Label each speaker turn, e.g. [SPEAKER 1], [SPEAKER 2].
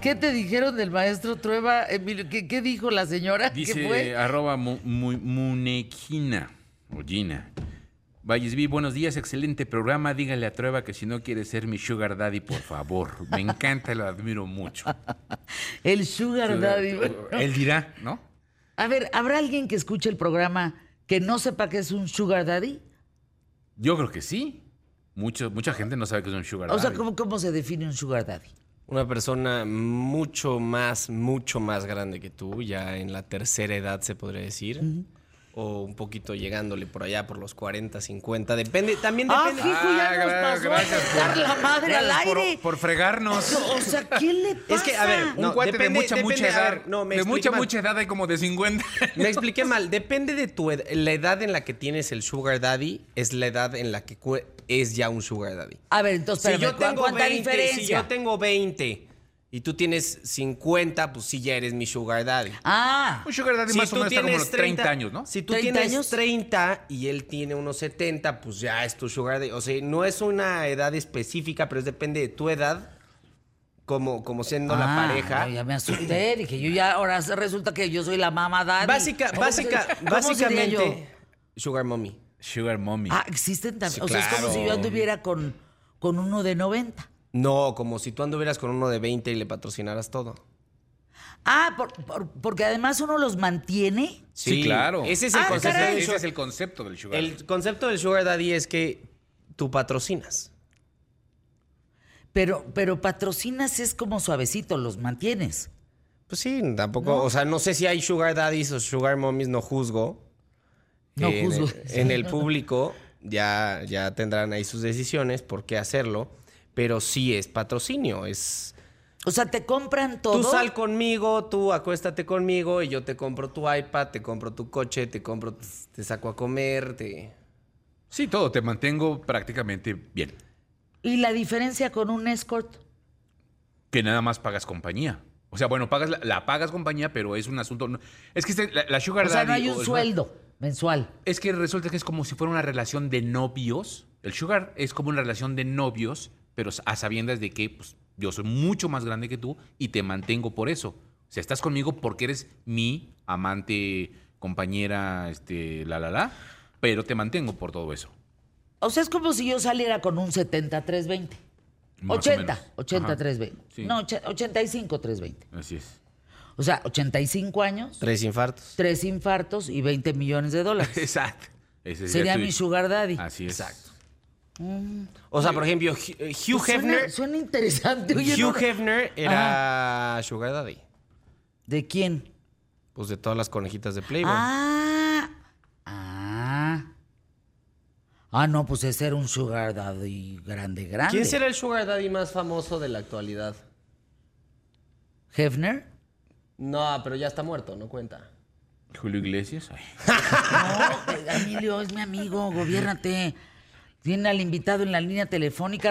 [SPEAKER 1] ¿Qué te dijeron del maestro Trueba, Emilio? ¿Qué, qué dijo la señora? ¿Qué
[SPEAKER 2] Dice
[SPEAKER 1] fue?
[SPEAKER 2] arroba mu- mu- munequina o Gina. Valles B, buenos días, excelente programa. Dígale a Trueba que si no quiere ser mi sugar daddy, por favor. Me encanta, lo admiro mucho.
[SPEAKER 1] El Sugar Daddy.
[SPEAKER 2] Él dirá, ¿no?
[SPEAKER 1] A ver, ¿habrá alguien que escuche el programa que no sepa qué es un Sugar Daddy?
[SPEAKER 2] Yo creo que sí. Mucho, mucha gente no sabe que es un sugar
[SPEAKER 1] O sea,
[SPEAKER 2] daddy.
[SPEAKER 1] ¿cómo, cómo se define un Sugar Daddy?
[SPEAKER 3] Una persona mucho más, mucho más grande que tú, ya en la tercera edad se podría decir. O un poquito llegándole por allá, por los 40, 50. Depende, también
[SPEAKER 1] Ah,
[SPEAKER 3] depende.
[SPEAKER 1] fijo, ya
[SPEAKER 2] Ah,
[SPEAKER 1] nos
[SPEAKER 2] gra-
[SPEAKER 1] pasó a
[SPEAKER 2] gracias por-
[SPEAKER 1] dar la madre al
[SPEAKER 2] gracias por-
[SPEAKER 1] aire.
[SPEAKER 2] Por, fregarnos.
[SPEAKER 1] O sea, ¿qué le pasa?
[SPEAKER 3] Es que, a ver,
[SPEAKER 2] Un
[SPEAKER 3] No,
[SPEAKER 2] cuate
[SPEAKER 3] depende-
[SPEAKER 2] de mucha,
[SPEAKER 3] depende,
[SPEAKER 2] mucha
[SPEAKER 3] a
[SPEAKER 2] edad.
[SPEAKER 3] ver, no, me
[SPEAKER 2] de
[SPEAKER 3] expliqué
[SPEAKER 2] mucha,
[SPEAKER 3] mal.
[SPEAKER 2] mucha edad hay como de 50.
[SPEAKER 3] Me expliqué mal. Depende de tu ed- la edad en la que tienes el sugar daddy, es la edad en la que cu- es ya un sugar daddy.
[SPEAKER 1] A ver, entonces,
[SPEAKER 3] Si
[SPEAKER 1] espérame,
[SPEAKER 3] yo
[SPEAKER 1] ¿cu-
[SPEAKER 3] tengo
[SPEAKER 1] ¿cuánta
[SPEAKER 3] 20, si
[SPEAKER 1] diferencia?
[SPEAKER 3] yo tengo 20 y tú tienes 50, pues sí ya eres mi sugar daddy.
[SPEAKER 1] Ah,
[SPEAKER 2] Un sugar daddy
[SPEAKER 3] Si
[SPEAKER 2] más o
[SPEAKER 3] tú
[SPEAKER 2] menos está como
[SPEAKER 3] tienes
[SPEAKER 2] los 30 años, ¿no?
[SPEAKER 3] Si tú
[SPEAKER 1] 30
[SPEAKER 3] tienes
[SPEAKER 1] años.
[SPEAKER 3] 30 y él tiene unos 70, pues ya es tu sugar daddy. O sea, no es una edad específica, pero es depende de tu edad, como, como siendo la
[SPEAKER 1] Ah,
[SPEAKER 3] pareja.
[SPEAKER 1] Ya me asusté, dije, yo ya ahora resulta que yo soy la mamá daddy.
[SPEAKER 3] Básica,
[SPEAKER 1] ¿Cómo
[SPEAKER 3] básica,
[SPEAKER 1] se- cómo sería yo?
[SPEAKER 3] básicamente, sugar mommy.
[SPEAKER 2] Sugar mommy.
[SPEAKER 1] Ah, existen también.
[SPEAKER 3] Sí,
[SPEAKER 1] o sea, es como
[SPEAKER 3] claro.
[SPEAKER 1] si yo anduviera con, con uno de 90.
[SPEAKER 3] No, como si tú anduvieras con uno de 20 y le patrocinaras todo.
[SPEAKER 1] Ah, por- por- porque además uno los mantiene.
[SPEAKER 2] sí, claro.
[SPEAKER 3] Ese es el
[SPEAKER 1] Ah,
[SPEAKER 3] concepto
[SPEAKER 1] caray.
[SPEAKER 3] del
[SPEAKER 2] Ese
[SPEAKER 3] sugar-
[SPEAKER 2] es el concepto del sugar.
[SPEAKER 3] El concepto del sugar daddy es que tú patrocinas.
[SPEAKER 1] Pero, pero patrocinas es como suavecito, los mantienes.
[SPEAKER 3] Pues sí, tampoco. O sea, no sé si hay sugar daddies o sugar mommies, no juzgo.
[SPEAKER 1] No
[SPEAKER 3] En-
[SPEAKER 1] juzgo.
[SPEAKER 3] En el público ya, ya tendrán ahí sus decisiones por qué hacerlo. Pero sí es patrocinio, es...
[SPEAKER 1] O sea, te compran todo.
[SPEAKER 3] Tú sal conmigo, tú acuéstate conmigo y yo te compro tu iPad, te compro tu coche, te compro, te saco a comer, te...
[SPEAKER 2] Sí, todo, te mantengo prácticamente bien.
[SPEAKER 1] Y la diferencia con un escort.
[SPEAKER 2] Que nada más pagas compañía. O sea, bueno, pagas la, la pagas compañía, pero es un asunto. no- es que este- la, la Sugar
[SPEAKER 1] O sea, no
[SPEAKER 2] daddy
[SPEAKER 1] hay
[SPEAKER 2] o-
[SPEAKER 1] un
[SPEAKER 2] es-
[SPEAKER 1] sueldo mensual.
[SPEAKER 2] Es que resulta que es como si fuera una relación de novios. El Sugar es como una relación de novios, pero a sabiendas de que pues, yo soy mucho más grande que tú y te mantengo por eso. O sea, estás conmigo porque eres mi amante, compañera, este, la, la, la, pero te mantengo por todo eso.
[SPEAKER 1] O sea, es como si yo saliera con un 70-320.
[SPEAKER 2] Más o
[SPEAKER 1] 80,
[SPEAKER 2] menos.
[SPEAKER 1] 80-320.
[SPEAKER 2] Ajá. Sí.
[SPEAKER 1] No, 85-320.
[SPEAKER 2] Así es.
[SPEAKER 1] O sea, 85 años,
[SPEAKER 3] Tres infartos.
[SPEAKER 1] 3 infartos y 20 millones de dólares.
[SPEAKER 2] Exacto. Ese
[SPEAKER 1] Sería
[SPEAKER 2] tu-
[SPEAKER 1] mi sugar daddy.
[SPEAKER 2] Así es.
[SPEAKER 3] Exacto. O sea, por ejemplo, Hugh- eh, Hugh
[SPEAKER 1] Suena-
[SPEAKER 3] Hefner...
[SPEAKER 1] Suena interesante. Oye,
[SPEAKER 3] Hugh
[SPEAKER 1] no-
[SPEAKER 3] Hefner era sugar daddy.
[SPEAKER 1] ¿De quién?
[SPEAKER 3] Pues de todas las conejitas de Playboy.
[SPEAKER 1] Ah, ah. Ah, no, pues ese era un sugar daddy grande, grande.
[SPEAKER 3] ¿Quién será el sugar daddy más famoso de la actualidad?
[SPEAKER 1] ¿Hefner?
[SPEAKER 3] No, pero ya está muerto, no cuenta.
[SPEAKER 2] Julio Iglesias. ay.
[SPEAKER 1] pues, No, Emilio es mi amigo, gobiérnate. Tiene al invitado en la línea telefónica.